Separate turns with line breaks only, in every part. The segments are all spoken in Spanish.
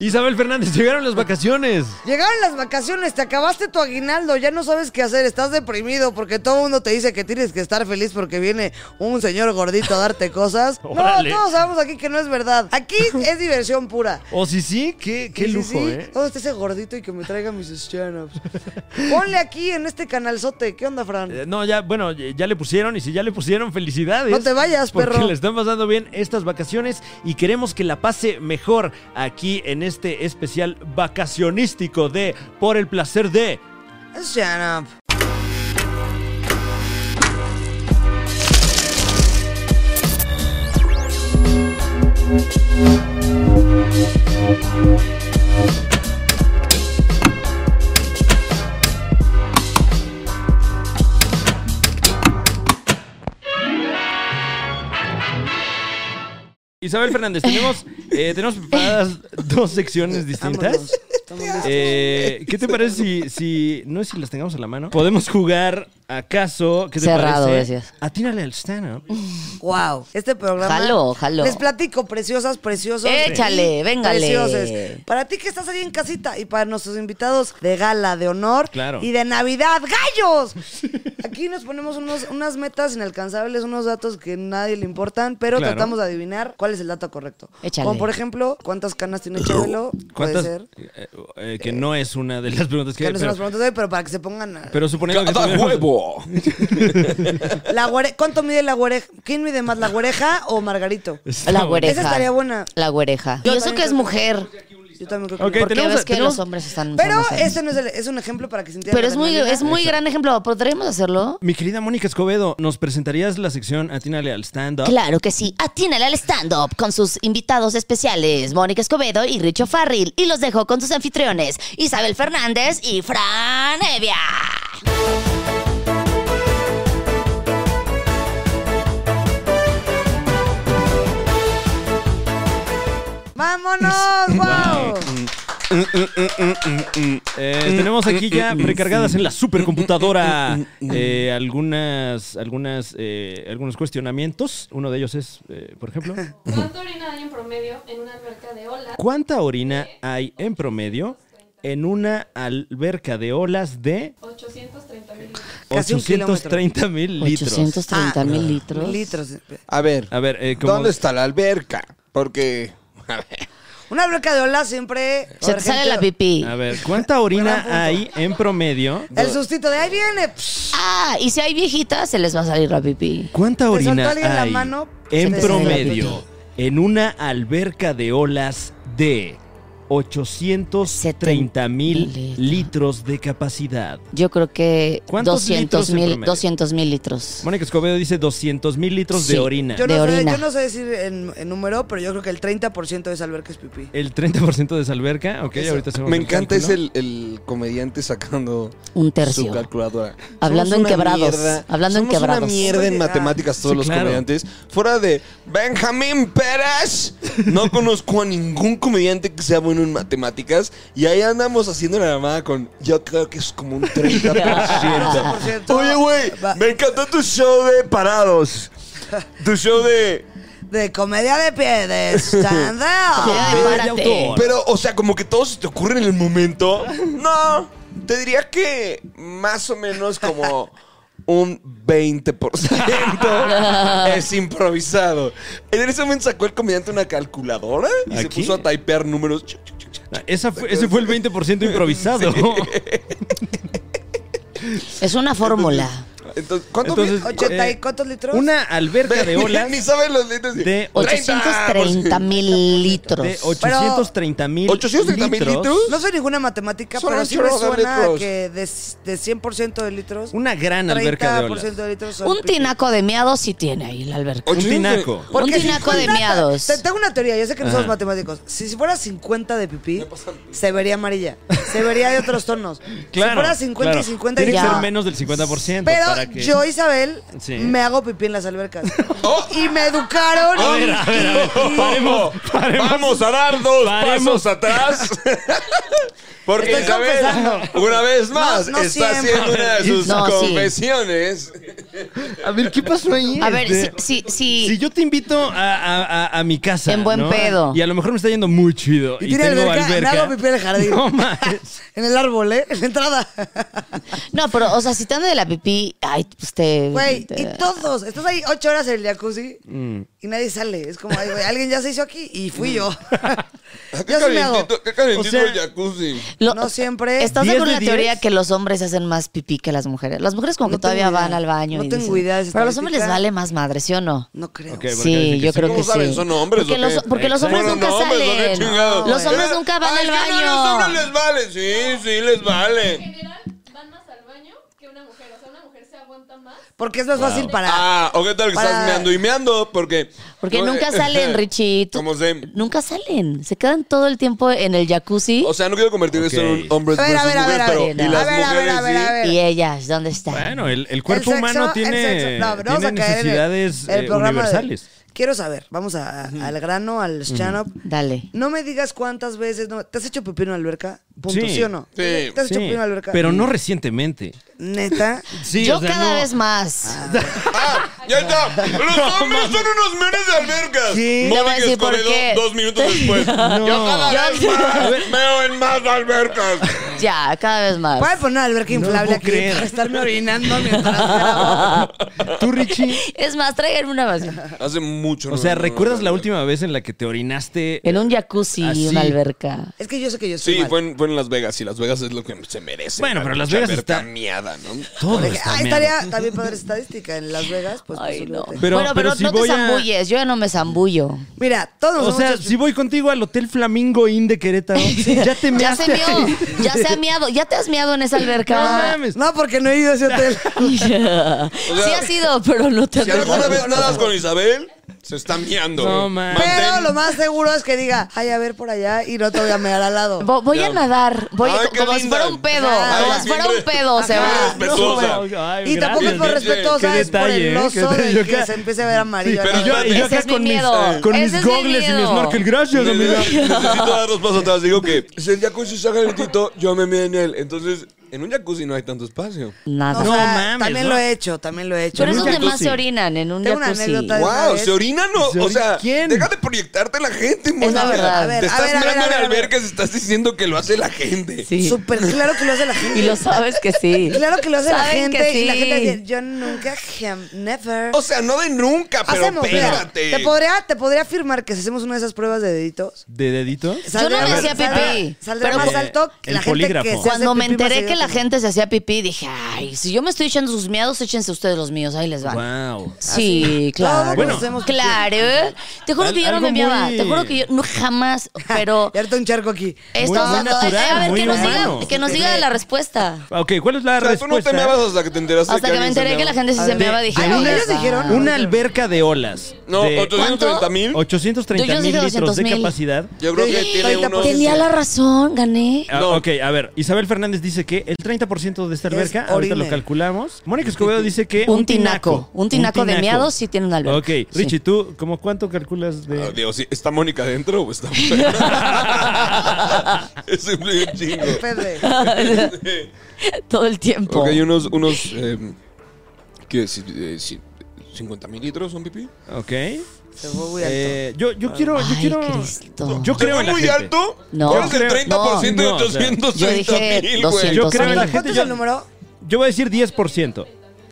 Isabel Fernández, llegaron
Ah.
las vacaciones.
Llegaron las vacaciones, te acabaste tu aguinaldo, ya no sabes qué hacer, estás deprimido porque todo el mundo te dice que tienes que estar feliz porque viene un señor gordito a darte cosas. no,
Órale.
todos sabemos aquí que no es verdad. Aquí es diversión pura.
O si Oh, sí, qué, qué
Sí, sí,
lujo,
sí.
¿eh?
¿Dónde está ese gordito y que me traiga mis stand-ups? Ponle aquí en este canalzote. ¿Qué onda, Fran?
Eh, No, ya, bueno, ya ya le pusieron y si ya le pusieron, felicidades.
No te vayas, perro.
Porque le están pasando bien estas vacaciones y queremos que la pase mejor aquí en este especial vacacionístico de Por el placer de.
Stand-up.
Isabel Fernández, tenemos, eh, tenemos preparadas dos secciones distintas.
Vámonos. Estamos listos.
Eh, ¿Qué te parece si, si- no es si las tengamos a la mano? Podemos jugar acaso. ¿Qué te
Cerrado,
parece?
decías.
Atínale al stand-up.
Wow, este programa.
Jalo, jalo.
Les platico, preciosas, preciosos.
Échale,
y
véngale.
Precioses. Para ti que estás ahí en casita y para nuestros invitados de gala, de honor
Claro.
y de Navidad, gallos. Aquí nos ponemos unos- unas metas inalcanzables, unos datos que a nadie le importan, pero
Claro.
tratamos de adivinar cuál es el dato correcto.
Échale.
Como por ejemplo, ¿cuántas canas tiene Chabelo? Puede
¿Cuántas?
ser.
eh, eh, que no es una de las preguntas que
Que no se
pero-
las preguntas hoy, pero para que se pongan. a-
Pero suponiendo que
¡Cada
estuviéramos-
huevo!
La guare- ¿Cuánto mide la güereja? ¿Quién mide más, la güereja o Margarito?
La
Estamos-
güereja.
Esa estaría buena.
La güereja.
Yo
y eso
también
que es
creo que-
mujer.
Yo también creo que
Ok,
no.
Porque
tenemos-
ves que
tenemos-
los hombres están.
Pero
son más
este no es, el- es un ejemplo para que se entienda.
Pero es muy, es muy
Exacto.
gran ejemplo. ¿Podríamos hacerlo?
Mi querida Mónica Escobedo, ¿nos presentarías la sección Atínale al stand-up?
Claro que sí. Atínale al stand-up con sus invitados especiales, Mónica Escobedo y Richo Farril. Y los dejo con sus anfitriones, Isabel Fernández y Fran Evia.
¡Vámonos! ¡Wow!
Eh, tenemos aquí ya precargadas en la supercomputadora eh, algunas, algunas, eh, algunos cuestionamientos. Uno de ellos es, eh, por ejemplo,
¿Cuánto orina hay en promedio en una alberca de olas?
¿cuánta orina hay en promedio en una alberca de olas de
830 mil litros.
Casi un
830 mil litros?
830
Ah,
mil litros.
Litros.
A ver,
A ver, eh, como-
¿dónde está la alberca? Porque, a ver,
Una alberca de olas siempre.
Se te sale la pipí.
A ver, ¿cuánta orina hay en promedio?
El sustito de ahí viene. psh,
Ah, y si hay viejitas, se les va a salir la pipí.
¿Cuánta
Te soltó
orina hay
alguien la mano,
en
se te sale la
promedio en una alberca de olas de 830 mil
Litro.
litros de capacidad?
Yo creo que
¿Cuántos
200
litros en
mil,
promedio?
200 mil litros.
Mónica Escobedo dice 200 mil litros de
Sí.
orina.
Yo
De
no, sé,
orina.
yo no sé decir en, en número, pero yo creo que el 30% de esa alberca es pipí.
El 30% de esa alberca. Ok,
Eso.
ahorita hacemos
me
el
encanta es
cálculo.
el, el comediante sacando
Un
su
tercio.
calculadora.
Hablando
Somos
en
una
quebrados, hablando en
somos
quebrados.
una mierda
Oye,
en
ah,
matemáticas todos
sí,
los
claro.
comediantes. Fuera de Benjamín Pérez, no conozco a ningún comediante que sea bueno en matemáticas. Y ahí andamos haciendo la llamada con, yo creo que es como un 30%.
30%.
Oye, güey,
Va-
me encantó tu show de parados. Tu show de...
De comedia de pie, de stand-up.
Ya,
Comedia
párate.
de autor.
Pero, o sea, como que todo se te ocurre en el momento. No, te diría que más o menos como un 20% es improvisado. En ese momento sacó el comediante una calculadora y se
Aquí.
puso a typear números.
Ah, esa fue- ese fue el 20% improvisado.
Es una fórmula.
Entonces, ¿cuánto
Entonces,
vi-
80 y
eh,
cuántos litros?
Una alberca de
Ni
olas
saben los pues, letras.
de
830 mil litros.
de 830 mil
830 mil litros.
No soy ninguna matemática,
Son
pero
un
sí me
chorro de
suena
litros.
que de, de 100% de litros.
Una gran alberca de
30%
olas.
de litros son
Un
pipí.
tinaco de miados sí tiene ahí la alberca.
Un tinaco.
Un
Porque
tinaco de
50
miados.
te- Tengo una teoría, yo sé que no
Ajá.
somos matemáticos. Si, si fuera 50 de pipí, se vería amarilla. Se vería de otros tonos.
Claro.
si fuera 50
claro.
y 50 y
Tiene que
ya.
ser menos del 50%.
Pero
para para que.
Yo, Isabel,
Sí.
me hago pipí en las albercas. Oh. Y me educaron.
A ver, a ver, a ver.
y- y-
Paremos, paremos.
Vamos a dar dos
Paremos.
pasos atrás. Porque
Estoy
Isabel,
confesando.
una vez más,
No, no
está
siempre.
haciendo una de sus
No, sí.
confesiones.
A ver, ¿qué pasó ahí?
A ver,
Este,
si, si,
Si
si,
yo te invito a, a- a- a mi casa.
En buen
¿no?
pedo.
Y a lo mejor me está yendo muy chido.
Y
Y,
tiene
tengo
alberca,
alberca.
me hago pipí en el jardín.
No mames.
En el árbol, ¿eh? En la entrada.
No, pero, o sea, si te anda de la pipí, ay, pues te.
Güey,
te-
y todos. Estás ahí ocho horas en el jacuzzi
Mm.
y nadie sale. Es como, ay, güey, alguien ya se hizo aquí y fui yo.
Qué
yo sí me hago.
calentito, qué calentito
O sea-
el jacuzzi.
Lo-
No siempre.
¿Estás de
¿Diez
acuerdo
de
en la teoría
diez?
que los hombres hacen más pipí que las mujeres? Las mujeres como
No
que todavía
tengo idea.
van al baño.
No
y
tengo
dicen-
idea de esa
Pero a los hombres les
estadística.
vale más madre, ¿sí o no?
No creo.
Ok, ¿por qué dicen
Sí,
que
yo
sí?
creo que
¿Cómo
sí.
saben? ¿Son hombres
Porque
o qué?
los, porque los hombres
Bueno,
nunca
no, hombres, ¿dónde
salen.
chingados?
los hombres
Pero-
nunca van
Ay,
al
es que no, a los hombres
baño.
les vale, sí, sí, les
En
vale.
general, van más al baño que una mujer. O sea, una mujer se aguanta más.
Porque es más fácil para.
Ah, o qué tal que
Para-
estás meando y meando, porque...
Porque nunca salen, Richie. Tú-
eh, Como se...
Nunca salen. Se quedan todo el tiempo en el jacuzzi.
O sea, no quiero convertir esto en un
Ok.
hombre
A ver, a
versus
ver, a ver,
mujer,
a
pero...
ver.
Y
A
las
ver, a ver, a ver, a
mujeres sí.
ver.
y ellas, ¿dónde están?
Bueno, el, el cuerpo
El sexo,
humano
el
tiene,
sexo. No, pero vamos
tiene
a caer en el-
necesidades
el
eh,
programa de-
universales.
Quiero saber, vamos a- a- al grano, al stand-up.
Dale.
No me digas cuántas veces. no- ¿Te has hecho pipí en una alberca? Punto, sí,
Sí.
o no?
Sí.
¿Te has
Sí,
hecho pipí en una alberca?
pero no recientemente.
Neta.
Sí,
Yo
o sea,
cada
no-
vez más.
¡Ah! ¡Ya está! ¡Los hombres son unos menes de albergas!
Sí.
Te voy a
Mónica
decir por
Escobedo,
qué.
dos minutos después. Yo cada vez más veo en más albercas.
Ya, cada vez más.
Pueden poner una alberca inflable
puedo
aquí
creer.
para estarme orinando mientras grabo?
Tú, Richie.
Es más, tráiganme una vacía.
Hace mucho.
O sea, ¿recuerdas la última vez en la que te orinaste?
En un jacuzzi,
Así.
una alberca.
Es que yo sé que yo soy
Sí,
mal.
fue en, fue en Las Vegas. Y Las Vegas es lo que se merece.
Bueno,
la
pero Las
pinche
Vegas
alberca
está-
miada, ¿no?
Todo
Porque,
está
ah,
meado.
estaría también padre estadística en Las Vegas. Pues,
Ay,
pues,
no.
olvídate.
Pero-
bueno,
pero
pero,
si
no te
voy a-
zambulles. Yo ya no me zambullo.
Mira, todos nos
O
hemos
sea,
hecho-
si voy contigo al Hotel Flamingo Inn de Querétaro, ya te
Ya se
measte
mió.
ahí.
Ya se ha miado. Ya te has miado en esa alberca.
No mames.
No, porque no he ido a ese hotel.
sí ha sido, pero no te has
Si alguna
dejado.
vez nadas con Isabel, se está miando.
No,
güey.
man.
Pero lo más seguro es que diga, ay, a ver por allá y no te voy a mear al lado.
Vo- voy a
Ya.
nadar. Voy
Ay, qué
como si
linda.
fuera un pedo.
Ay,
como si fuera un
siempre-
pedo, se
Ajá.
va.
Respetuosa.
No, ay,
y tampoco es
gracias.
por
Qué
respeto, o sea, es por
detalle,
el
¿eh?
oso
Qué-
del
yo
que
acá-
se empiece a ver amarillo.
Sí,
pero
¿no?
y yo, y yo
Ese
acá
es mi
con mis,
miedo.
con mis
Ese es mi
gogles y mi
miedo.
snorkel. Gracias,
Ne-
amiga.
Necesito dar dos pasos atrás. Digo que si el jacuzzi está calentito, yo me miro en él. Entonces, en un jacuzzi no hay tanto espacio.
Nada.
O
No
sea,
mames,
También
¿no?
lo he hecho, también lo he hecho.
pero es
un
donde más
jacuzzi.
se orinan, en un pues,
Tengo una
jacuzzi.
anécdota de-
Wow,
vez?
se orinan o,
¿Se
o sea,
ori- quién?
deja de proyectarte a la gente, Mónica.
verdad. A ver,
a
Te estás
ver, a ver,
mirando
a ver,
en
a ver.
albercas, estás diciendo que lo hace la gente.
Sí.
Súper claro que lo hace la gente.
Y lo sabes que sí.
Claro que lo hace la
Saben que
gente. Y la
sí.
gente dice, yo nunca, jam- never.
O sea, no de nunca, pero
Hacemos, mira,
espérate.
te podría, te podría afirmar que si hacemos una de esas pruebas de deditos,
¿De dedito?
Yo no
saldrá-
me hacía
saldrá-
pipí,
Saldrá
pero
más
como-
alto que
El
la gente
polígrafo.
que se
Cuando
hace
me
pipí más
enteré
seguido
que la
no.
gente se hacía pipí, dije, ay, si yo me estoy echando sus miados, échense ustedes los míos, ahí les van.
Wow.
Sí, claro.
Todos
Bueno.
hacemos pipí.
claro. ¿eh? Te juro
Al-
que yo no me
algo
enviaba.
muy-
Te juro que yo no jamás, pero Eh,
Y ahorita un charco aquí.
esto
muy
a
natural,
a ver
muy
que nos diga,
humano.
que nos diga la respuesta.
Ok, ¿cuál es la
o sea, tú no
respuesta? ¿eh?
te meabas hasta que te enteraste
Hasta que me
alguien se
enteré que la
meaba.
gente sí se
De-
meaba, dije,
de
"Ay,
una-
les va".
dijeron
Una alberca de olas.
No,
de
830 mil.
830
Yo dije
mil litros de
200,000.
capacidad.
Yo creo que
Sí,
tiene
ahorita
unos...
Tenía la razón, gané.
Ah,
No.
Ok, a ver, Isabel Fernández dice que el 30% de esta
Es
alberca, ahorita
orine.
lo calculamos. Mónica Escobedo dice que
Un tinaco. Un tinaco de miados sí
si
tiene una alberca.
Ok,
Sí.
Richie, ¿tú cómo cuánto calculas
Ah,
de...?
Dios, ¿sí? ¿está Mónica adentro o está fuera? es un chingo.
Pepe.
Todo el tiempo.
Porque hay unos, unos eh, ¿qué decir? Eh, si- 50 mil litros son pipí.
Ok.
Se fue muy alto.
Eh, yo, yo quiero... Yo
Ay,
quiero
Cristo.
Yo
¿Se
creo
fue
en la
muy
gente.
alto?
No.
Creo que el
No,
30% de
no, o sea,
830
yo dije
mil, güey.
Yo creo en la
200,000.
gente...
¿Cuánto es
yo-
el número?
Yo voy a decir 10%.
800.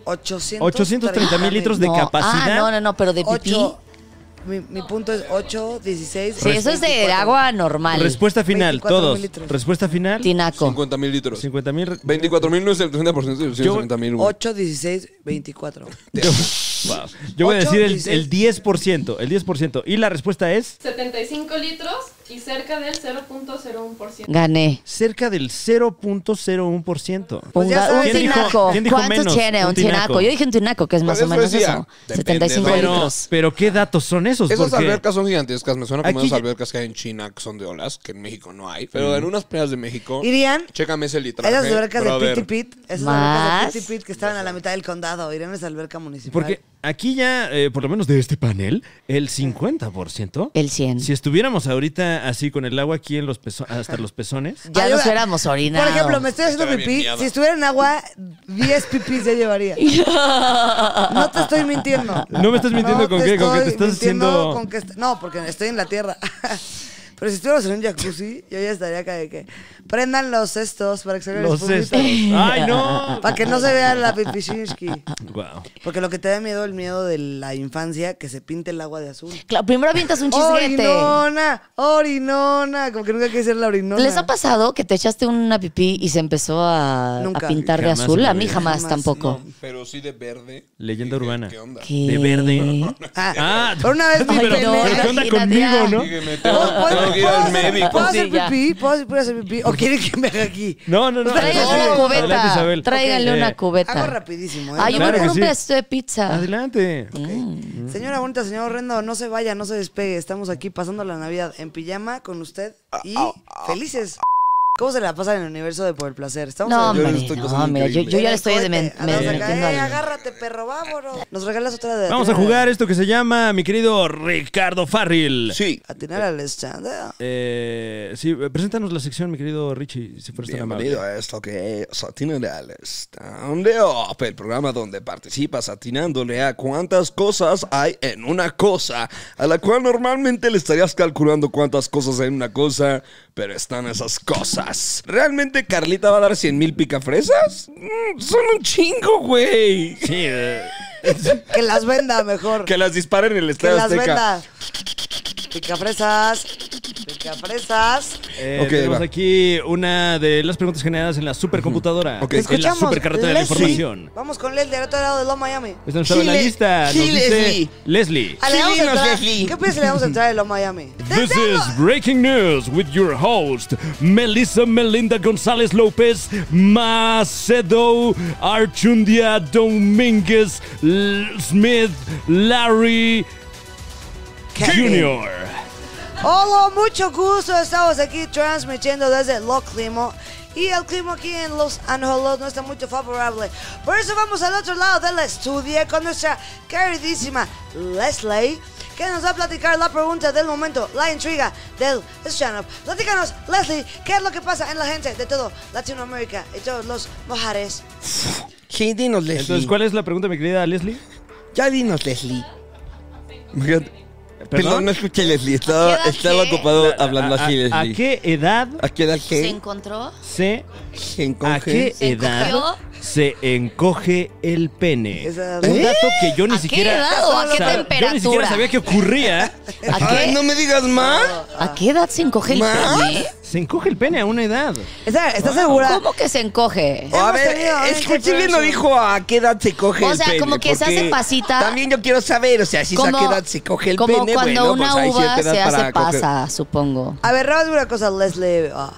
830 mil litros de
No.
capacidad.
Ah, no, no, no, pero de pipí.
8. Mi, mi punto es 8, 16.
Sí, eso es de
24.
agua normal.
Respuesta final,
24
todos.
mil litros.
Respuesta final,
Tinaco.
50 mil litros.
50 mil...
24 mil no es el 30% de los 130 mil, güey.
8, 16, 24.
Yo, wow. Yo voy a
Ocho,
decir el,
dieciséis.
el 10%. El 10%. Y la respuesta es...
75 litros y cerca del 0.01%.
Gané.
Cerca del 0.01%.
Pues
un
ya
ga-
sabes.
un
¿Quién dijo-
tinaco.
quién dijo
¿Cuánto
menos?
tiene un
Un
tinaco?
tinaco.
Yo dije un tinaco, que es más
Por
o
eso
menos
decía,
eso.
depende,
75
pero-
Pero,
litros.
pero ¿qué datos son esos?
Esas
Porque-
albercas son gigantescas. Me suena como
Aquí
esas
ya-
albercas que hay en China, que son de olas, que en México no hay. Pero en unas playas de México.
Irían
Chécame ese
a
litraje.
esas albercas de
brother.
Piti Pit, esas
Más.
albercas de Piti Pit que estaban a la mitad del condado, irían a esa alberca municipal.
Porque aquí ya, eh, por lo menos de este panel, el 50%.
El 100.
Si estuviéramos ahorita así con el agua aquí en los pezo- hasta los pezones.
Ya
Ayuda.
nos hubiéramos orinado.
Por ejemplo, me estoy haciendo
Estaría bien
pipí.
miada.
Si estuviera en agua, 10 pipis ya llevaría. No te estoy mintiendo.
No me estás mintiendo con
te
qué, con que te estás
estoy mintiendo
haciendo-
con que est- No, porque estoy en la tierra. Pero si estuviéramos en un jacuzzi, yo ya estaría acá de que prendan los cestos para que se vea la
Los
espumita.
cestos. ¡Ay, no!
Para que no se vea la pipishinsky.
Wow.
Porque lo que te da miedo, el miedo de la infancia, que se pinte el agua de azul.
Claro, primero avientas un chisguete.
Orinona, orinona. Como que nunca quise ser la orinona.
¿Les ha pasado que te echaste una pipí y se empezó a,
Nunca.
a pintar de
Jamás
azul?
en la
A mí
vida.
jamás,
Jamás,
tampoco.
Pero sí de verde.
Leyenda
¿Y qué-
urbana.
¿Qué onda?
¿Qué?
De verde.
Ah, pero una vez mi
pero,
pene-
pero ¿qué onda
Imagínate,
conmigo, no?
Dije, me tengo,
¿Puedo, puedo-
tengo que ir
puedo
al
hacer,
médico.
¿Puedo hacer
Sí, ya.
pipí? ¿Puedo hacer, puedo hacer pipí? ¿O quieren que me haga aquí?
No, no, no.
Tráiganle
adelante,
una cubeta.
adelante, Isabel.
Tráiganle
Eh,
una cubeta.
Hago rapidísimo. ¿eh?
Ay, yo
Claro
me
que
pongo un
sí.
pedazo de pizza.
Adelante.
Señora bonita, señor horrendo, no se vaya, no se despegue. Estamos aquí pasando la Navidad en pijama con usted y
Ah,
felices. ¿Cómo se la pasa en el universo de Por el Placer? Estamos
No,
en-
Yo lo
hombre,
estoy
no,
pasando
mira, yo,
increíble.
yo
en
ya
el
le estoy
cohete.
de men-
Ah,
me-
nos acá,
metiendo
eh,
al...
agárrate, perro, vámonos. Nos regalas otra de
Vamos a
atinar
jugar esto que se llama, mi querido Ricardo Farril.
Sí.
Atinar al estándar.
Eh, sí, eh, preséntanos la sección, mi querido Richie, si fueras tan amable.
Bienvenido a esto que es Atinar al Stand Up, el programa donde participas atinándole a cuántas cosas hay en una cosa, a la cual normalmente le estarías calculando cuántas cosas hay en una cosa, pero están esas cosas. ¿Realmente Carlita va a dar 100 mil picafresas? Mm, son un chingo, güey.
Sí, eh,
Que las venda mejor.
Que las disparen en el
Que
Estadio
las
Azteca.
venda. Picafresas. Picafresas.
eh,
Ok,
tenemos
va.
aquí una de las preguntas generadas en la supercomputadora.
Ok.
Te
En
En la
escuchamos.
supercarretera de la
Leslie.
información.
Vamos con Leslie al otro lado de Los Miami.
Esta no estaba en la
Gile-
lista. Nos
Gile-
dice Leslie.
Ah, le vamos a
Dinos,
entrar-
Leslie.
¿Qué piensas le vamos a entrar de Los Miami?
This is breaking news with your host, Melissa Melinda González López Macedo Archundia Domínguez L- Smith Larry Jr.
Hola, Oh, mucho gusto. Estamos aquí transmitiendo desde Lo Climo. Y el clima aquí en Los Ángeles no está mucho favorable. Por eso vamos al otro lado del estudio con nuestra queridísima Leslie, que nos va a platicar la pregunta del momento, la intriga del stand-up. Platícanos, Leslie, ¿qué es lo que pasa en la gente de todo Latinoamérica y todos los mojares?
Sí, dinos, Leslie.
Entonces, ¿cuál es la pregunta, mi querida Leslie?
Ya dinos, Leslie.
Fíjate. Perdón, no escuché Leslie,
¿A
estaba,
qué edad
estaba
qué?
ocupado hablando así,
¿A, a- a
Leslie.
qué edad
¿A qué edad
¿Se
qué?
encontró?
se,
Se
a qué
¿Se encogió?
edad se encoge el pene?
Esa-
Un dato que yo ni
¿A qué
siquiera
edad o a
sab- Yo
qué
ni siquiera
temperatura?
sabía que ocurría.
¿A
Ay,
qué,
no me digas más.
¿A qué edad se encoge el pene?
Se encoge el pene a una edad.
¿Estás segura?
¿Cómo que se encoge?
A
Hemos
ver,
tenido una
es que Chile no
intervención.
dijo a qué edad se coge
O
el
sea,
pene.
como que se hace
porque
pasita.
También yo quiero saber, o sea, si es a qué edad se coge el
como
pene,
cuando
bueno,
una
pues hay
uva
cierta edad
se hace
para coger.
pasa, supongo.
A ver, nada más una cosa, Leslie. ah,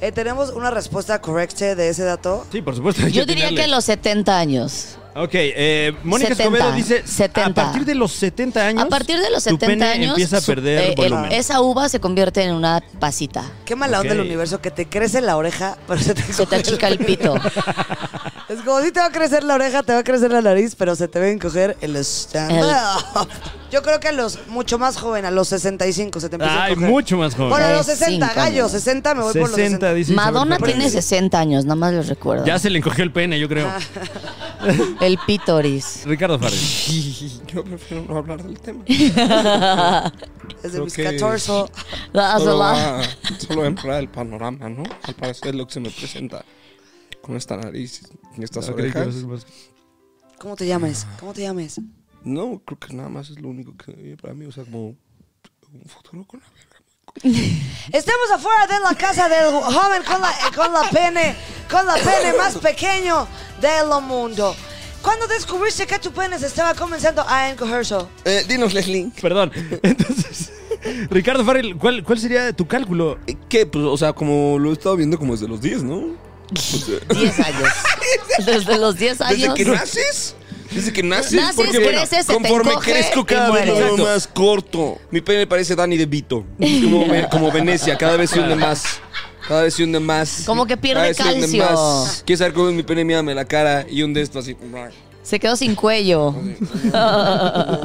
eh, ¿Tenemos una respuesta correcta de ese dato?
Sí, por supuesto. hay
Yo diría
atinarle.
que los 70 años.
Ok, eh, Mónica
70,
Escobedo dice:
70.
A partir de los 70 años.
A partir de los
tu
70
pene
años
Empieza a
su-
perder
eh, eh,
volumen.
esa uva se convierte en una pasita.
Qué mala onda
Ok.
el universo que te crece la oreja, pero se te,
Se te achica el pito.
Es como si te va a crecer la oreja, te va a crecer la nariz, pero se te va a encoger el stand up. Yo creo que a los mucho más joven, a los 65 se te empieza a
Ay,
encoger.
mucho más joven.
Bueno, a los
65,
60, gallo, 60 me voy por los
60,
60.
dice. Isabel
Madonna
Fernández.
tiene 60 años, nada más los recuerdo.
Ya se le encogió el pene, yo creo.
El pitoris.
Ricardo Farris.
Yo prefiero no hablar del tema.
Desde mis
Ok.
14.
Ah,
That's a
Solo,
lot.
va- solo empeora el panorama, ¿no? Al parecer lo que se me presenta con esta nariz y estas orejas.
¿Cómo te llames? ¿Cómo te llames?
No, creo que nada más es lo único que hay para mí, o sea, como un futuro con la verga.
Estamos afuera de la casa del joven con la, eh, con la pene, con la pene más pequeño del mundo. ¿Cuándo descubriste que tu pene se estaba comenzando a encogerse?
Eh, dinos, Leslie.
Perdón. Entonces, Ricardo Farrell, ¿cuál, ¿cuál sería tu cálculo?
¿Qué? Pues, o sea, como lo he estado viendo como desde los 10, ¿no?
10 años. Desde los 10
Desde
años.
que naces. Desde que naces.
Naces,
porque,
creces, se te
conforme
encoge Ah,
crezco
y
cada vez lo
mueres.
veo más corto. Mi pene parece Danny DeVito. Como, Ve- como Venecia, cada vez se hunde más. Cada vez se hunde más.
Como que pierde
Cada vez se hunde
calcio.
más. ¿Quieres saber cómo es mi pene? Mírame la cara y un de esto así.
Se quedó sin cuello. ah,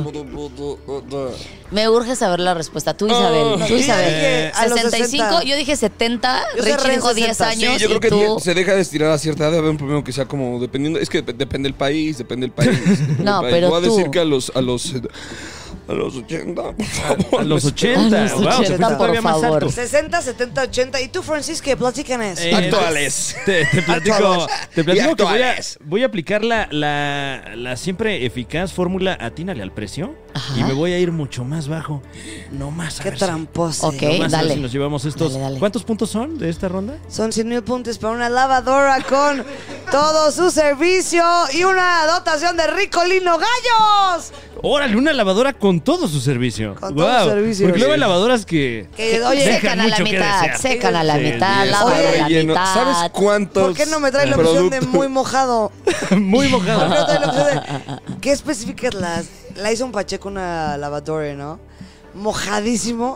Me urge saber la respuesta. Tú, Isabel.
No,
Tú,
yo
Isabel.
dije a los
65,
60.
yo dije 70.
Yo
Richie
cerré en
dijo 10
60, sí,
años.
yo creo
y
que
tú...
Se deja de estirar a cierta edad. Habrá un problema que sea como dependiendo. Es que dep- depende del país, depende del país. depende del
No,
país.
pero
Voy a
tú.
decir que a los, a los. eh, A los 80, por favor.
A los 80.
A los
wow, se
80,
fuiste todavía
por
más
favor.
alto.
60, 70, 80. ¿Y tú, Francisca? Platícanos.
Eh,
Actuales.
Te, te platico,
Actuales.
te
Y
platico que voy a,
actuales.
voy a aplicar la, la, la siempre eficaz fórmula atínale al precio
Ajá.
y me voy a ir mucho más bajo. No más. a
Qué
ver si-
tramposo.
Ok.
no más a ver
dale.
si nos llevamos estos.
Dale, dale.
¿Cuántos puntos son de esta ronda?
Son 100 mil puntos para una lavadora con todo su servicio y una dotación de Ricolino Gallos.
Órale, una lavadora con todo su servicio.
Con todo su servicio.
Porque luego hay
Sí.
lavadoras que.
Que, oye,
Dejan
secan a la
mucho que
mitad,
desear.
secan a la
Sí,
mitad,
sí,
lavan
está
a la
Relleno.
mitad.
¿Sabes cuántos?
¿por qué no me trae la opción de muy mojado?
Muy
¿Por qué no trae
mojada.
la opción de- ¿Qué específicas las? La hizo un Pacheco una lavadora, ¿no? Mojadísimo,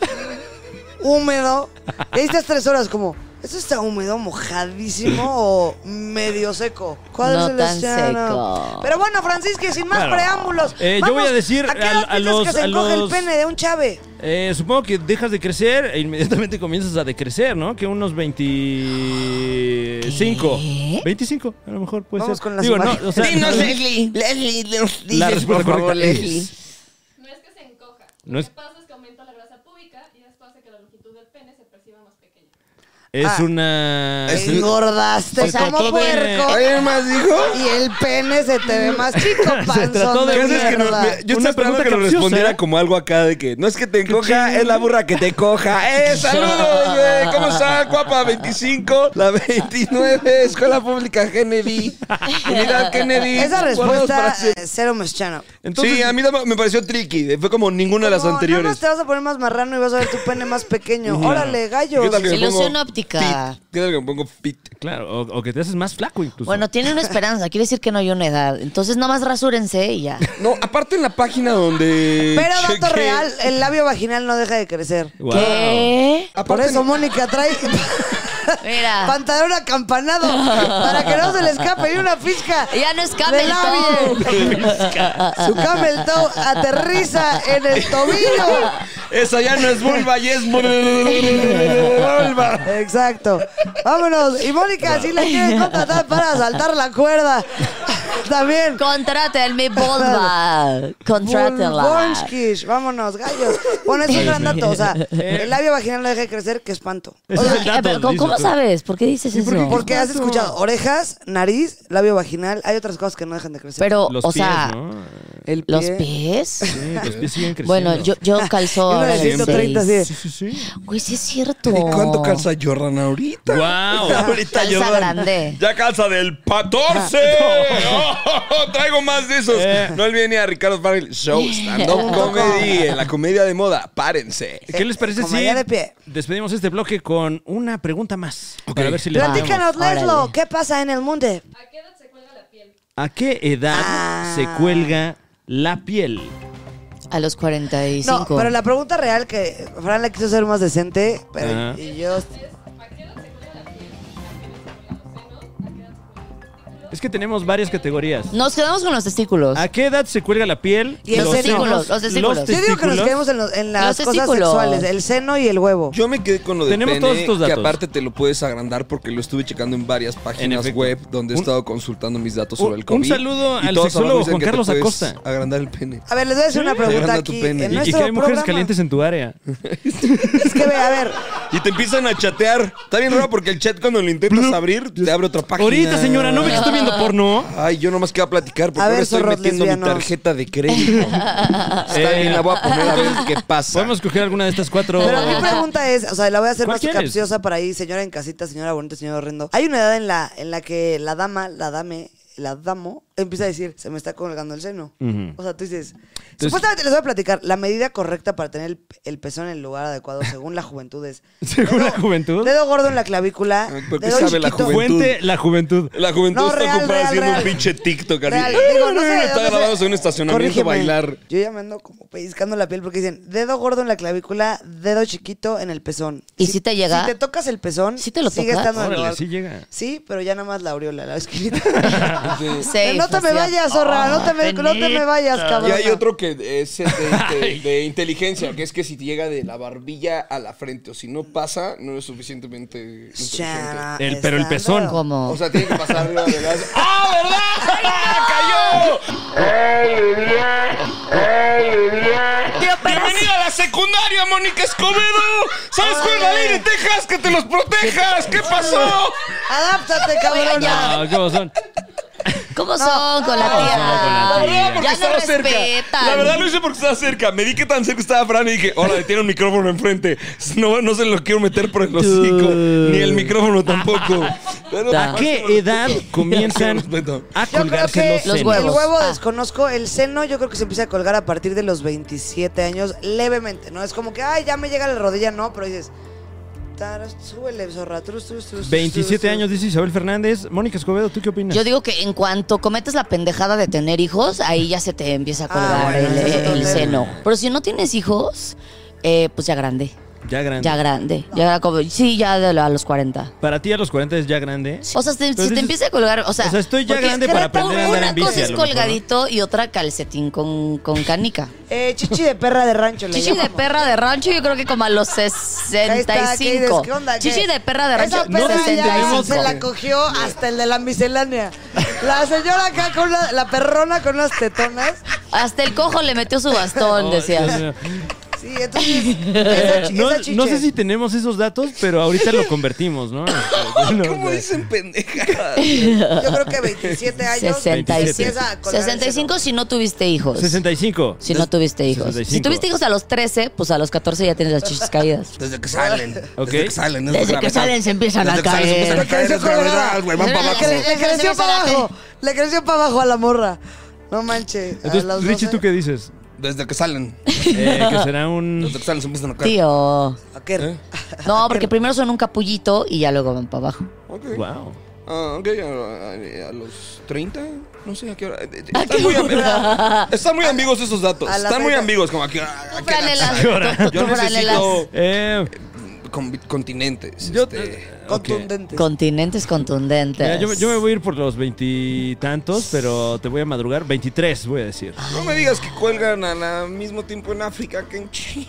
húmedo. Y ahí estás tres horas como, ¿esto está húmedo, mojadísimo o medio seco? ¿Cuál
No
es el
tan
océano?
seco.
Pero bueno, Francisca, sin más
Bueno,
preámbulos.
eh, yo
vamos,
voy a decir
qué
a-
edad
a
piensas
los-
que se
a
encoge
los-
el pene de un chave?
Eh, supongo que dejas de crecer e inmediatamente comienzas a decrecer, ¿no? Que unos 25.
¿Qué?
25, a lo mejor puede
Vamos
ser.
con las
Digo, no,
imágenes.
o sea,
Dinos,
no-
Leslie. Leslie, nos
la
dices,
respuesta
por favor,
correcta es-
Leslie.
No es que se encoja.
No
Lo que
es-
pasa es que aumenta la grasa púbica y después hace que la longitud del pene se perciba más pequeña.
es
Ah.
una.
Es-
Engordaste
O sea,
como
todo
puerco.
¿Alguien más dijo?
Y el pene se te ve más chico,
trató
panzón
de-
de
¿Qué haces que nos-
mierda.
me- yo
Una
estaba esperando
pregunta
que lo
capciosa, ¿eh?
respondiera como algo acá de que no es que te encoja, es la burra que te coja. ¡Eh, saludos, güey! ¿Cómo estás, guapa? 25, la 29, Escuela Pública Kennedy. Unidad Kennedy.
Esa
Guardados para
respuesta,
hacer-
eh, cero mexicano.
sí, a mí dama- me pareció tricky. Fue como ninguna de las
Como, Nada
anteriores.
más te vas a poner más marrano y vas a ver tu pene más pequeño. Órale, gallo.
¿Qué tal que me
Ilusión
pongo
óptica.
fit? ¿Qué tal que me pongo fit?
Claro, o, o que te haces más flaco incluso.
Bueno, tiene una esperanza, quiere decir que no hay una edad. Entonces nomás rasúrense y ya.
No, aparte en la página donde.
Pero dato
chequé-
real, el labio vaginal no deja de crecer.
Wow.
¿Qué?
Por
Aparte
eso Mónica trae
Mira,
pantalón acampanado para que no se le escape ni una pizca.
ya no es
Del
camel
labio.
toe.
Su camel toe aterriza en el tobillo.
Esa ya no es vulva, ya es vulva.
Exacto. Vámonos. Y Mónica, si la quieren contratar para saltar la cuerda, también.
Contrátenme, Volva. Contrátenla.
Bonskish, vámonos, gallos. Bueno, es un gran dato. O sea, el labio vaginal no deja de crecer, que espanto.
Ese es el dato,
Eh, pero ¿Cómo,
dices
cómo
tú.
sabes? ¿Por qué dices eso?
Porque has escuchado orejas, nariz, labio vaginal. Hay otras cosas que no dejan de crecer.
Pero,
Los
o
pies,
sea,
¿no?
El
¿los
pie.
pies?
Sí, los pies siguen creciendo.
Bueno, yo, yo calzo
Uno
ahora
de
de
130,
seis.
sí.
Sí, sí, sí.
Güey, sí es cierto.
¿Y cuánto calza Jordan ahorita?
Guau.
Ahorita
Calza
Jordan
grande.
Ya calza del 14. Oh, traigo más de esos.
Eh.
No olviden ir a Ricardo Farrell Show Stand Up Comedy, en la comedia de moda. Párense.
¿Qué les parece si
Comedia de pie.
despedimos este bloque con una pregunta más? Para ver si les
Platícanos,
Vamos,
Leslo,
órale.
¿qué pasa en el mundo?
¿A qué edad se cuelga la piel?
¿A qué edad
Ah.
se cuelga la piel?
A los 45.
No, pero la pregunta real que Fran la quiso ser más decente, pero
Ajá.
y yo...
Es, ¿a qué edad se cuelga la piel? ¿A qué edad se cuelgan los senos? ¿A qué edad se cuelgan los testículos?
Es que tenemos varias categorías.
Nos quedamos con los testículos.
¿A qué edad se cuelga la piel?
Y el
Los
seno.
senos,
Los testículos.
los
Yo digo que nos
testículos.
quedemos en, los- en las
Los
cosas
testículos.
sexuales, el seno y el huevo.
Yo me quedé con lo de
Tenemos
pene,
todos estos datos.
que aparte te lo puedes agrandar porque lo estuve checando en varias páginas
efecto.
web donde he
Un-
estado consultando mis datos
un-
sobre el COVID.
un saludo
Y
al
todos abajo
sexólogo
dicen
Juan
que te
Carlos
puedes
Acosta.
Agrandar el pene.
A ver, les voy a hacer una pregunta
Agranda tu
aquí.
pene.
Y-
En
Y- y
Y,
nuestro
que hay mujeres
programa.
calientes en tu área.
Es que, ve, a ver,
Y te empiezan a chatear. Está bien raro porque el chat cuando lo intentas abrir, te abre otra página.
Ahorita, señora, no ve que estoy viendo porno.
Ay, yo nomás queda platicar porque
A ver,
ahora estoy
zorros
metiendo
lesbianos.
mi tarjeta de crédito. Está
Eh,
bien, la voy a poner a ver qué pasa.
Podemos escoger alguna de estas cuatro.
pero mi pregunta es, o sea, la voy a hacer
¿Cuál
más
quieres?
capciosa para ahí, señora en casita, señora bonita, señor horrendo. Hay una edad en la, en la que la dama, la dame, la damo, empieza a decir, se me está colgando el seno.
Ujú.
O sea, tú dices, supuestamente les voy a platicar, la medida correcta para tener el, el pezón en el lugar adecuado según la juventud es...
Según la juventud.
Dedo gordo en la clavícula,
Ay, ¿por qué
dedo
sabe la
chiquito.
juventud?
Fuente, la juventud.
La juventud
No,
está
real,
ocupada
real,
haciendo
real.
un pinche TikTok. así.
Real, digo, no sé, de
está
dónde
grabado
sea.
en un estacionamiento
Corrígeme.
bailar.
Yo ya me ando como pellizcando la piel porque dicen dedo gordo en la clavícula, dedo chiquito en el pezón.
¿Y si te llega?
Si te tocas el pezón,
¿Sí te lo
sigue
tocas?
estando en el
Órale,
lugar.
sí llega.
Sí, pero ya nada más la aureola, la esquinita.
Sí,
no te me
facial.
vayas, zorra, no, te me, no te me vayas, cabrón.
Y hay otro que es el de, de- de inteligencia, que es que si te llega de la barbilla a la frente o si no pasa, no es suficientemente inteligente.
Ya,
El- pero el
estando.
pezón.
¿Cómo?
O sea, tiene que pasar arriba de las... ¡Ah, verdad! ¡Cayó! ¡Bienvenido a la secundaria, Mónica Escobedo! ¿Sabes cuál es la ley de Texas? ¡Que te los protejas! ¿Qué pasó?
Adáptate, cabrón.
ya.
Ah, ¿cómo son?
¿Cómo son con la tía?
No, con la tía.
Ah, porque
Ya no
estaba cerca.
respetan.
La verdad lo hice porque estaba cerca. Me di que tan cerca estaba Fran y dije, hola, tiene un micrófono enfrente. No, no se lo quiero meter por el hocico. Ni el micrófono tampoco. Pero-
¿A qué edad comienzan
respeto.
a
Yo creo
colgarse
que
los
Los
senos?
huevos.
el huevo
Ah.
desconozco, el seno yo creo que se empieza a colgar a partir de los 27 años levemente, ¿no? Es como que, ay, ya me llega la rodilla, no, pero dices, "Taras, súbele, zorra, trus, trus, trus, trus,
27
trus".
años, dice Isabel Fernández. Mónica Escobedo, ¿tú qué opinas?
Yo digo que en cuanto cometes la pendejada de tener hijos, ahí ya se te empieza a
Ah,
colgar
bueno,
el,
eso es
el
otro tema.
seno. Pero si no tienes hijos, eh, pues ya grande.
ya grande.
Ya grande. Ya como, sí, ya de la- a los 40.
Para ti a los 40 es ya grande.
O sea, si,
Pero
si te
dices-
empieza a colgar, o sea...
O sea, estoy ya
porque
grande para
creo que
aprender a andar
Una
en bici,
cosa
a
es
lo mejor, ¿no?
colgadito y otra calcetín con, con canica.
Eh, chichi de perra de rancho, le
Chichi de
llamamos.
perra de rancho, yo creo que como a los
Ahí está, ¿qué dices?
65.
¿Qué onda? ¿Qué?
Chichi de perra de rancho,
Esa perra
No sé si
ya
65.
tenemos-
se la cogió hasta el de la miscelánea. La señora acá con la, la perrona con unas tetonas.
Hasta el cojo le metió su bastón, decías.
Sí, entonces. Esa, chi-
No,
esa chiche.
no sé si tenemos esos datos, pero ahorita lo convertimos, ¿no? Bueno,
¿Cómo
o sea,
dicen pendeja?
Yo creo que 27 años.
65.
empieza a colgar el seno.
65 si no tuviste hijos.
65.
Si no tuviste hijos.
65.
Si tuviste hijos a los 13, pues a los 14 ya tienes las chichis caídas.
Desde que salen.
Ok.
Desde que salen.
Desde que salen se empiezan
Desde
a
que salen se
caer.
empiezan a caer.
Desde que
Es
se
gravedad, güey. Van
Desde
para
la
abajo.
Le, le
Desde que
creció
se me
para
sale.
abajo. Le creció para abajo a la morra. No manches. a los
Entonces, Richie,
12.
¿tú qué dices?
Desde que salen.
Eh, que será un...
Desde que salen se empiezan a caer.
Tío.
¿A qué?
¿Eh?
No, porque primero son un capullito y ya luego van para abajo.
Ok.
Wow.
Ah, ok, a, a- a los 30, no sé a qué hora.
qué
Están muy, amb- están muy ambiguos esos datos.
a la
Están muy
fecha.
ambiguos, como aquí. ah,
Tú
¿qué edad?
franelas.
Llora.
tú- tú-
Yo
tú franelas.
necesito
Eh,
con- continentes.
yo...
este,
ok.
Contundente.
Contundentes contundentes.
Mira, yo, me- yo me voy a ir por los veintitantos, pero te voy a madrugar. 23, voy a decir.
No me digas que cuelgan al mismo tiempo en África que en China.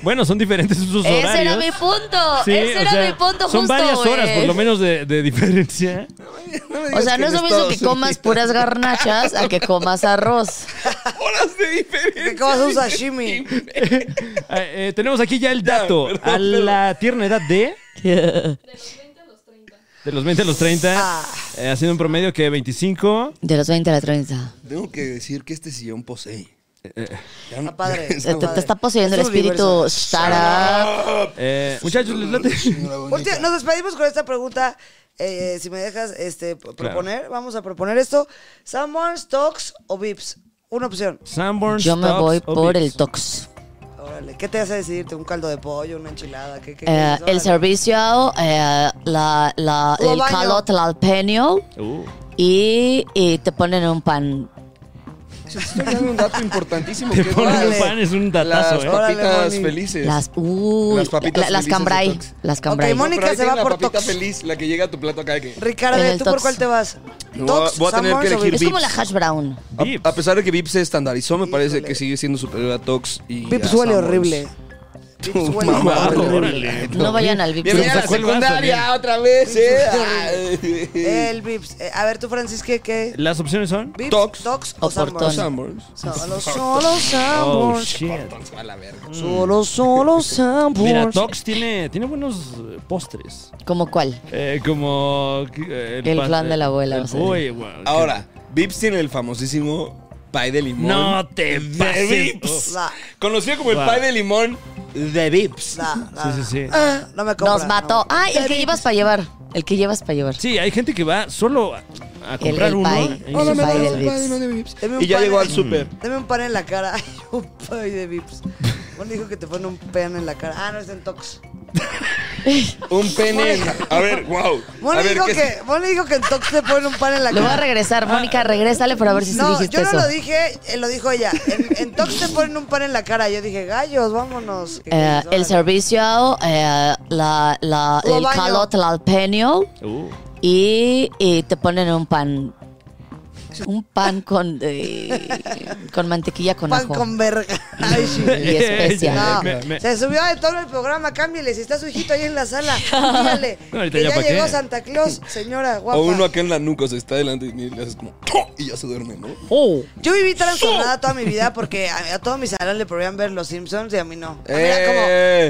Bueno, son diferentes sus
Ese
horarios.
era mi punto.
Sí,
Ese
o
era
sea,
mi punto
Son
justo, eh.
varias horas,
güey.
por lo menos, de, de diferencia.
No me
O
digas
sea, no es
en
lo mismo que
Estados
comas
Unidos.
puras garnachas a que comas arroz.
Horas de diferencia.
¿Qué vas a un sashimi?
Ah, eh, tenemos aquí ya el dato.
perdón,
a la tierna edad de...
De
De los 20 a los 30.
De los 20 a los 30,
Ah.
eh, haciendo un promedio que 25.
los 20 a la 30.
Tengo que decir que este sillón posee. Ya no-
Está padre.
Te, te- te está poseyendo el
Es un
espíritu
universo.
Shara.
Eh, muchachos, les late.
Última- nos despedimos con esta pregunta. eh, eh, si me dejas este, p- proponer, vamos a proponer esto. Someone Stocks o Vips. Una opción.
Sanborns,
Yo me
Tops
voy
o
por el
Vips.
tox.
Órale, ¿qué te hace decidirte? ¿Un caldo de pollo? ¿Una enchilada? ¿Qué, qué
Eh,
quieres? Órale.
el servicio, eh, la, la-
Lo
el
baño.
calot tlalpeño
Uh,
y, y te ponen un pan.
Estoy dando un dato importantísimo.
Te
que es
ponen
Órale.
un pan, es un datazo,
Las
¿eh?
papitas
Moni.
felices.
Las, uy,
Las papitas
la- las
felices de
cambrai.
Tox.
Las cambrai.
Ok, Moni-
Pero ahí
se
tiene
va
la
por
papita
Tox.
feliz, la que llega a tu plato acá. Que...
Ricardo,
En el
¿tú por
Tox.
cuál te vas?
No,
¿Tox,
voy a tener
Sanborns
que
o
elegir
Vips?
es como la
Vips.
hash brown.
Vips.
A, a pesar de que Vips se estandarizó, me parece
Híjole.
que sigue siendo superior a Tox y
Vips
a
huele
Sanborns.
horrible. Vips
Tu
huele
mamá,
horrible.
Órale.
No vayan al Vips.
Bienvenida Ah, pues, a la
Sacó el vaso,
secundaria
bien.
otra vez, ¿eh? Ay.
El Vips. Eh, a ver, tú, Francis, ¿qué? qué?
Las opciones son.
¿Vips?
Tox.
¿Tox
O
o Sanborns?
Portón.
Sanborns.
Solo, solo
Oh,
Sanborns.
shit.
A la verga.
Solo, solo
Mira,
Sanborns.
Tox tiene, tiene buenos eh, postres.
¿Como cuál?
Eh, como. eh,
El
pan-
flan de la abuela,
el-
o sea.
Uy, wow, qué-
Ahora, Vips tiene el famosísimo pie de limón.
No te
de
pases.
Vips.
La,
Conocido como el
Wow.
pie de limón de Vips.
la, la.
Sí, sí, sí.
Ah, no me compra.
Nos mató.
no.
Ay, el que llevas para llevar. El que llevas para llevar.
Sí, hay gente que va solo a comprar
el
uno.
pie.
en
Hola,
su-
me da un pie,
Deme un
Y ya
pan
llegó
en-
al súper.
Mm. Deme un pan en la cara. Ay, un pay de vips. Uno dijo que te pone un pan en la cara. Ah, no, es en Tox.
Un pene. en la- A ver, wow.
Moni
a ver,
dijo,
¿qué-
que, Moni dijo que en Tox te ponen un pan en la
Lo voy a
cara.
regresar, Mónica, regrésale para ver si sí
Ah. No,
dijiste
yo no
eso.
lo dije, eh, lo dijo ella. En, en Tox te ponen un pan en la cara. Yo dije, gallos, vámonos. ¿Qué
Eh,
quieres?
el
Órale.
servicio, eh, la, la,
Lo
el
baño.
calo tlalpeño
Uh,
y, y te ponen un pan. Un pan con, eh, con mantequilla con
Pan
ajo.
con verga. Ay, sí.
Y especia.
No,
Me- me-
se subió de todo el programa, cámbiale. Si está su hijito ahí en la sala, dígale.
No, ahorita
que
ya
ya
pa' qué.
llegó Santa Claus, señora guapa.
O uno acá en la nuca, se está delante y le haces como ¡toc! y ya se duerme, ¿no?
Oh.
Yo viví transformada toda mi vida porque a, a todos mis hermanos le podían ver Los Simpsons y a mí no. A mí
Eh.
Era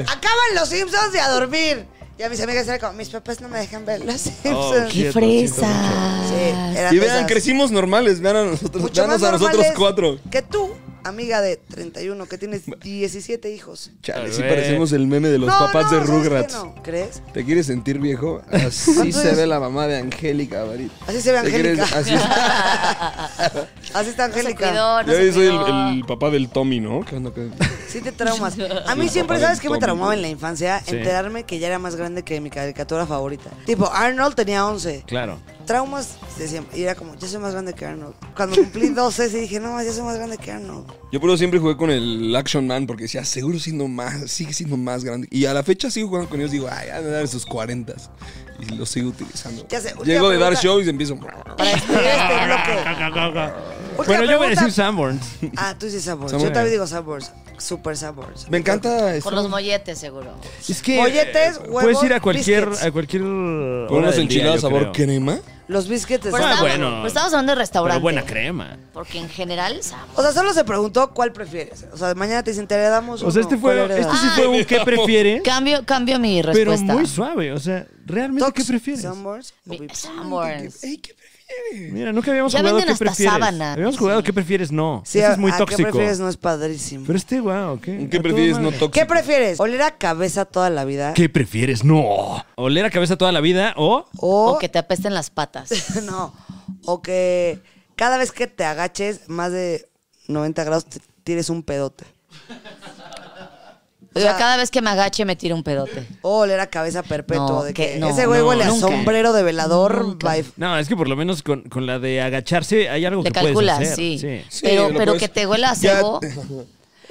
como, ah, acaban Los Simpsons y a dormir. Y a mis amigas era como, mis papás no me dejan ver Los Simpsons.
¡Qué fresa!
Sí, eran
Y
de
vean,
esas.
crecimos normales, vean a nosotros,
Mucho
veanos
más
a nosotros
normales
cuatro.
Que tú, amiga de 31, que tienes 17 hijos.
Chale,
A
sí
ver.
parecemos el meme de los papás de
¿sabes qué
Rugrats.
no? ¿Crees?
¿Te quieres sentir viejo? Así
¿Cuántos
se
es?
ve la mamá de Angélica, Barit.
Así se ve
¿Te quieres-
Angélica.
Así
Así está
No se
Angélica.
cuidó, no
Yo
se
ahí soy
cuidó.
el, el papá del Tommy, ¿no? ¿Qué onda? ¿Qué-
Sí te traumas. A mí
Sí,
siempre,
papá
¿sabes
del
qué me
Tommy.
traumaba en la infancia?
Sí.
Enterarme que ya era más grande que mi caricatura favorita. Tipo, Arnold tenía 11.
claro.
Traumas de siempre. Y era como, yo soy más grande que Arnold. Cuando cumplí 12, sí dije, no, yo soy más grande que Arnold.
Yo por eso siempre jugué con el Action Man porque decía, seguro siendo más, sigue siendo más grande. Y a la fecha sigo jugando con ellos, digo, ay, ya me dar sus 40 y los sigo utilizando.
Ya sé, última
Llego de dar
pregunta.
shows y empiezo.
Para despedir este bloque. Última
Bueno, yo voy a
pregunta.
decir Sanborns.
Ah, tú dices Sabors. Yo
Sanborns.
también digo Sabors. Super Sabors.
Me encanta
Por
esto.
los molletes, seguro.
Es que.
Molletes,
eh,
huevos,
Puedes ir a cualquier.
biscuits.
A cualquier
Con
hora
unos
del día,
enchilados
yo
sabor
creo.
crema.
Los biscuits
Pero,
Ah,
están-
estamos,
bueno.
pero estamos hablando de restaurante.
Pero buena crema.
Porque en general, sabor.
O sea, solo se preguntó cuál prefieres. O sea, mañana te dicen, te damos
O sea, este fue. Este
Ah.
sí fue un qué prefiere.
Cambio, cambio mi
Pero
respuesta.
muy suave. O sea, ¿realmente qué prefieres?
Sunburns o
Mi-
Vips.
Sanborns.
Ey, ¿qué prefieres?
Mira, nunca habíamos
Ya
jugado
venden
qué
hasta
prefieres.
sábanas.
Habíamos jugado qué prefieres no.
Sí,
Eso
a-
es muy
a
tóxico.
¿Qué prefieres? No es padrísimo.
Pero este, wow, ¿qué?
¿Qué
A
prefieres
toda
no
madre.
¿Qué
tóxico?
prefieres? ¿Oler a cabeza toda la vida?
¿Qué prefieres no? ¿Oler a cabeza toda la vida o
O,
O que te apesten las patas.
no, o que cada vez que te agaches más de 90 grados te tires un pedote.
Yo
sea-
cada vez que me agache me tiro un pedote.
O oler a cabeza perpetua.
No,
de que,
que no,
ese güey
no,
huele a
nunca.
sombrero de velador. by-
No, es que por lo menos con, con la de agacharse hay algo
Le
que
calculas,
puedes hacer.
sí.
Sí,
Pero,
lo
pero
puedes-
que te huela a
Ya-
cebo.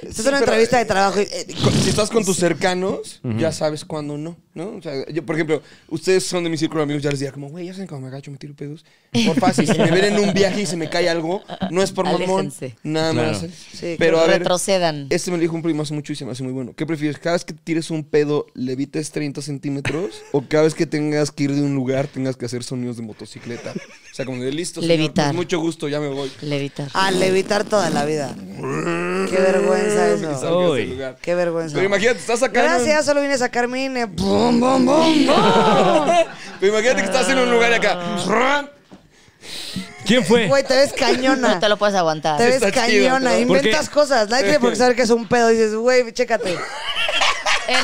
Esta es una entrevista de trabajo. y, eh,
Con- si estás con tus cercanos, ya sabes cuándo no, ¿no? O sea, yo, por ejemplo, ustedes son de mi círculo de amigos, ya les diría como, güey, ya saben cuando me agacho, me tiro pedos. Por fácil, si me ven en un viaje y se me cae algo, no es por mamón.
Aléjense.
Nada
Claro.
más. ¿eh?
Sí,
Pero a ver,
retrocedan.
este me lo dijo un primo hace mucho y se me hace muy bueno. ¿Qué prefieres? ¿Cada vez que tires un pedo, levites 30 centímetros? ¿O cada vez que tengas que ir de un lugar, tengas que hacer sonidos de motocicleta? O sea, como de listo, señor,
Levitar.
pues, mucho gusto, ya me voy.
Levitar.
a levitar toda la vida. Qué vergüenza
Y
eso.
salgas
Uy.
del lugar.
Qué vergüenza.
Pero imagínate, estás sacando...
Gracias, solo vine a sacar mi INE. Bum, bum, bum, bum.
Pero imagínate que estás en un lugar y acá.
¿Quién fue?
Güey, te ves cañona.
No te lo puedes
Te
aguantar.
ves
Está chido,
cañona,
¿no?
inventas
Porque-
cosas. Nadie tiene por qué saber que es un pedo. Dices, güey, chécate.
Es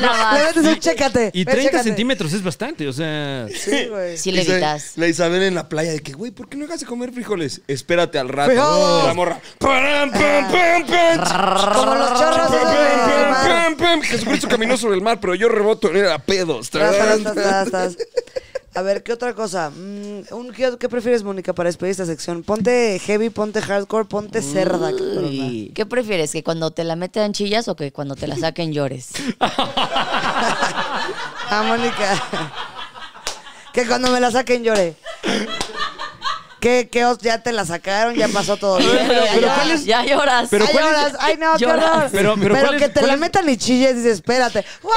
la
Le
más.
metes un chécate.
Y
ve,
30
chécate.
centímetros es bastante, o sea.
Sí, güey.
Sí,
Isa-
levitas.
La Isabel en la playa de que, güey, ¿por qué no hagas de comer frijoles? Espérate al rato.
Frijoles.
La morra. Pam, pam, pam, pam.
Como los chorros
Pam,
esos de
pam,
mar.
pam, pam. Jesucristo caminó sobre el mar, pero yo reboto en él a pedos.
Tras, tras, tras, tras, tras. A ver, ¿qué otra cosa? Mm, un- ¿qué, qué prefieres, Mónica, para despedir esta sección? Ponte heavy, ponte hardcore, ponte cerda. cabrona.
¿Qué prefieres? ¿Que cuando te la metan chillas o que cuando te la saquen llores?
Ah, Mónica. que cuando me la saquen llore. Que, que os- ya te la sacaron, ya pasó todo bien.
Pero-
ya,
pero
lloras,
¿cuál es-
ya lloras.
pero
ay,
¿cuál es-
lloras, ay, no, qué
Lloras.
horror.
Pero-
Pero,
pero ¿cuál
que
es-
te
cuál
la
es-
metan y chilles, dices, espérate. ¡Guau!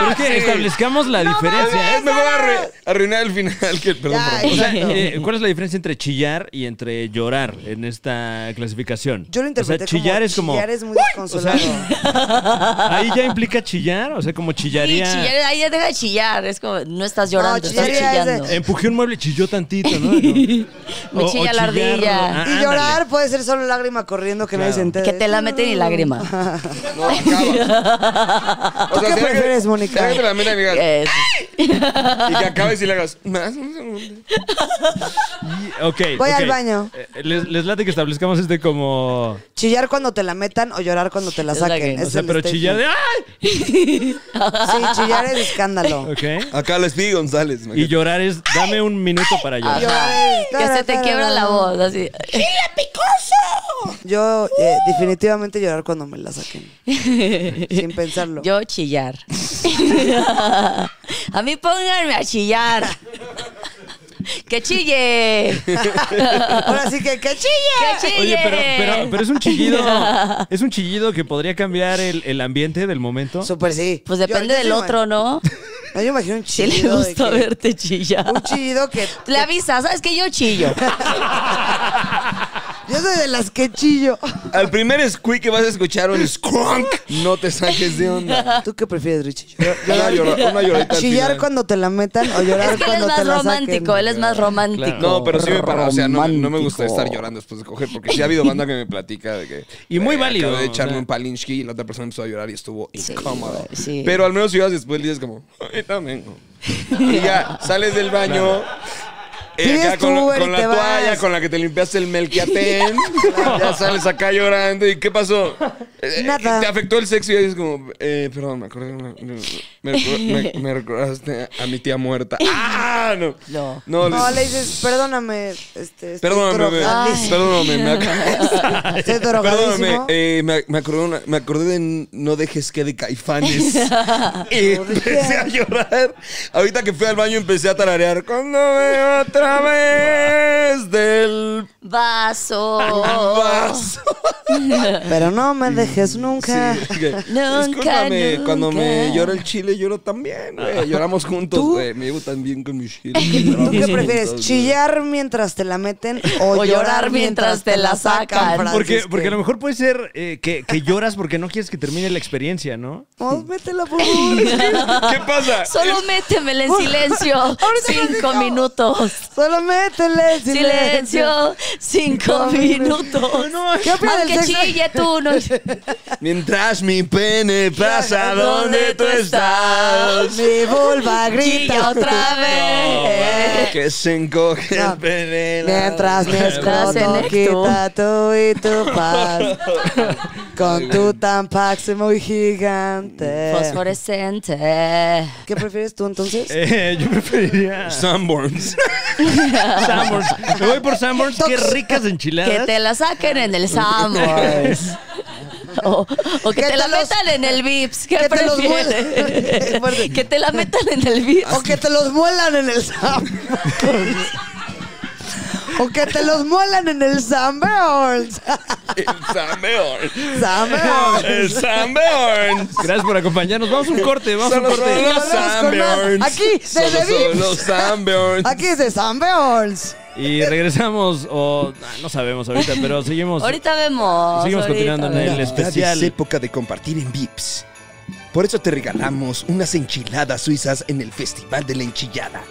Pero es que establezcamos la diferencia. ¿eh?
Me voy a arre- arruinar el final. Que, perdón,
Ya,
por
O
favor.
sea,
Exacto.
eh, ¿cuál es la diferencia entre chillar y entre llorar en esta clasificación?
Yo lo interpreté
o sea, chillar
como,
es como
Chillar es muy desconsolado.
ahí ya implica chillar, o sea, como
Sí,
chillaría.
chillar, ahí ya deja de chillar. Es como, no estás llorando,
No,
estás
chillaría es de-
chillando.
Empujé un mueble, chilló tantito. mucho, ¿no?
Me
O- o
chilla
chillar,
la ardilla.
ah,
Y
ándale.
llorar puede ser solo lágrima corriendo que nadie se entere.
Que te la meten y lágrima.
No, acaba.
¿Tú qué prefieres, Mónica?
Que te la mira y digas,
Es-
y que acabes y le hagas, más un segundo.
Y- ok,
Voy al
ok.
baño.
Eh, les, les late que establezcamos este como.
Chillar cuando te la metan o llorar cuando te la
Es la
saquen.
que-
o
Es
sea,
el
pero
statement.
chillar de. ¡Ay!
Sí, chillar es escándalo.
Ok.
Acá les pide González.
Y llorar es. Dame un minuto
Ah.
para llorar.
Llorar.
que se te quiebra la voz, así.
Yo eh, definitivamente llorar cuando me la saquen. Sin pensarlo.
Yo chillar. a mí pónganme a chillar. que chille.
Ahora sí que que
que
chille.
chille.
Oye, pero, pero, pero es un chillido. Es un chillido que podría cambiar el, el ambiente del momento.
Súper sí.
Pues
Yo-
depende
yo
del
sí
otro, ¿no?
me- Yo imagino un
Si
chillido.
le
de
gusta
que-
verte chillar.
Un chillido que.
Le avisas, ¿sabes que Yo chillo.
Yo soy de las que chillo.
Al primer squeak que vas a escuchar un squonk.
No te saques de onda.
¿Tú qué prefieres, Richie?
Una, llora- una lloradita al
Chillar
final.
cuando te la metan o llorar
es que él
cuando
es
te
más
la saquen.
romántico, él es más romántico.
No, pero sí me para, o sea, no, no me gusta estar llorando después de coger, porque sí ha habido banda que me platica de que...
Y muy
eh,
válido,
acabé de echarme
o sea.
un palinski y la otra persona empezó a llorar y estuvo
Sí,
incómoda.
güey, sí.
Pero al menos si vas después le dices como, ahorita vengo. Y ya, sales del baño... eh,
Pides
acá con,
tu
la-
Uber
con
y
la
te vas.
toalla con la que te limpiaste el melquiatén, ya sales acá llorando. ¿Y qué pasó? Eh,
Nada.
Te afectó el sexo y dices como, eh, perdón, me acordé, me, me- me- me recordaste a mi tía muerta. ¡Ah! No.
No.
No, le dices, perdóname. Este, estoy
Perdóname, me-
drogadísimo.
perdóname, me ac-
Estoy
Perdóname,
drogadísimo.
eh, me, me acordé una- me acordé de No dejes que de caifanes. y empecé a llorar. Ahorita que fui al baño empecé a tararear. Cuando veo otra vez del
Vaso.
vaso.
Pero no me dejes nunca.
eh. Mm, Sí, que,
Nunca,
discúlpame,
nunca.
cuando me llora el chile, lloro también, güey. Lloramos juntos,
Ah. ¿Tú?
güey. Me llevo tan bien con mi chile.
¿Tú qué prefieres? ¿Chillar mientras te la meten o,
O llorar
llorar mientras te la sacan?
Francisco.
Porque,
Francisco?
porque a lo mejor puede ser eh, que, que lloras porque no quieres que termine la experiencia, ¿no?
Oh, métela, por favor.
¿Qué pasa?
Solo métemela en silencio. cinco minutos.
Solo métele silencio.
Silencio, cinco minutos.
¿Qué opinas del
Aunque
sexo?
chille tú, no.
Mientras mi pene pasa donde tú estás.
Mi vulva grita
Chilla otra vez. Eh,
Que se encoge
No.
el pene. la-
Mientras mi
Mientras
escroto
en
quita tú y tu paz Con tu tampax muy gigante
Fosforescente.
¿Qué prefieres tú entonces?
Eh, yo preferiría.
Sunburns.
Sanborns. Me voy por Sanborns. Qué ricas
Que
enchiladas.
te la saquen en el Sambors. O, o que
Que
te,
te
la
los-
metan en el Vips. ¿Qué
que te los muelan. Qué fuerte.
prefieres? que te la metan en el Vips.
O que te los muelan en el Sanborns O que te los muelan en el Sanborns
El Sunburns.
Sanborns
El Sunburns.
Gracias por acompañarnos. Vamos a un corte, vamos a un
Solo
corte.
son los
Volvemos con más.
Sunburns.
Aquí, desde
Solo son
Vips.
los Sunburns.
Aquí es de Sanborns
Y regresamos, o ah, no sabemos ahorita, pero seguimos.
Ahorita vemos.
Seguimos
ahorita
continuando en
vemos.
el especial.
Es época de compartir en Vips. Por eso te regalamos unas enchiladas suizas en el Festival de la Enchilada.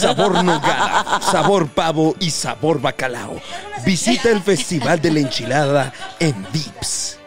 Sabor nogada, sabor pavo y sabor bacalao. Visita el Festival de la Enchilada en Vips.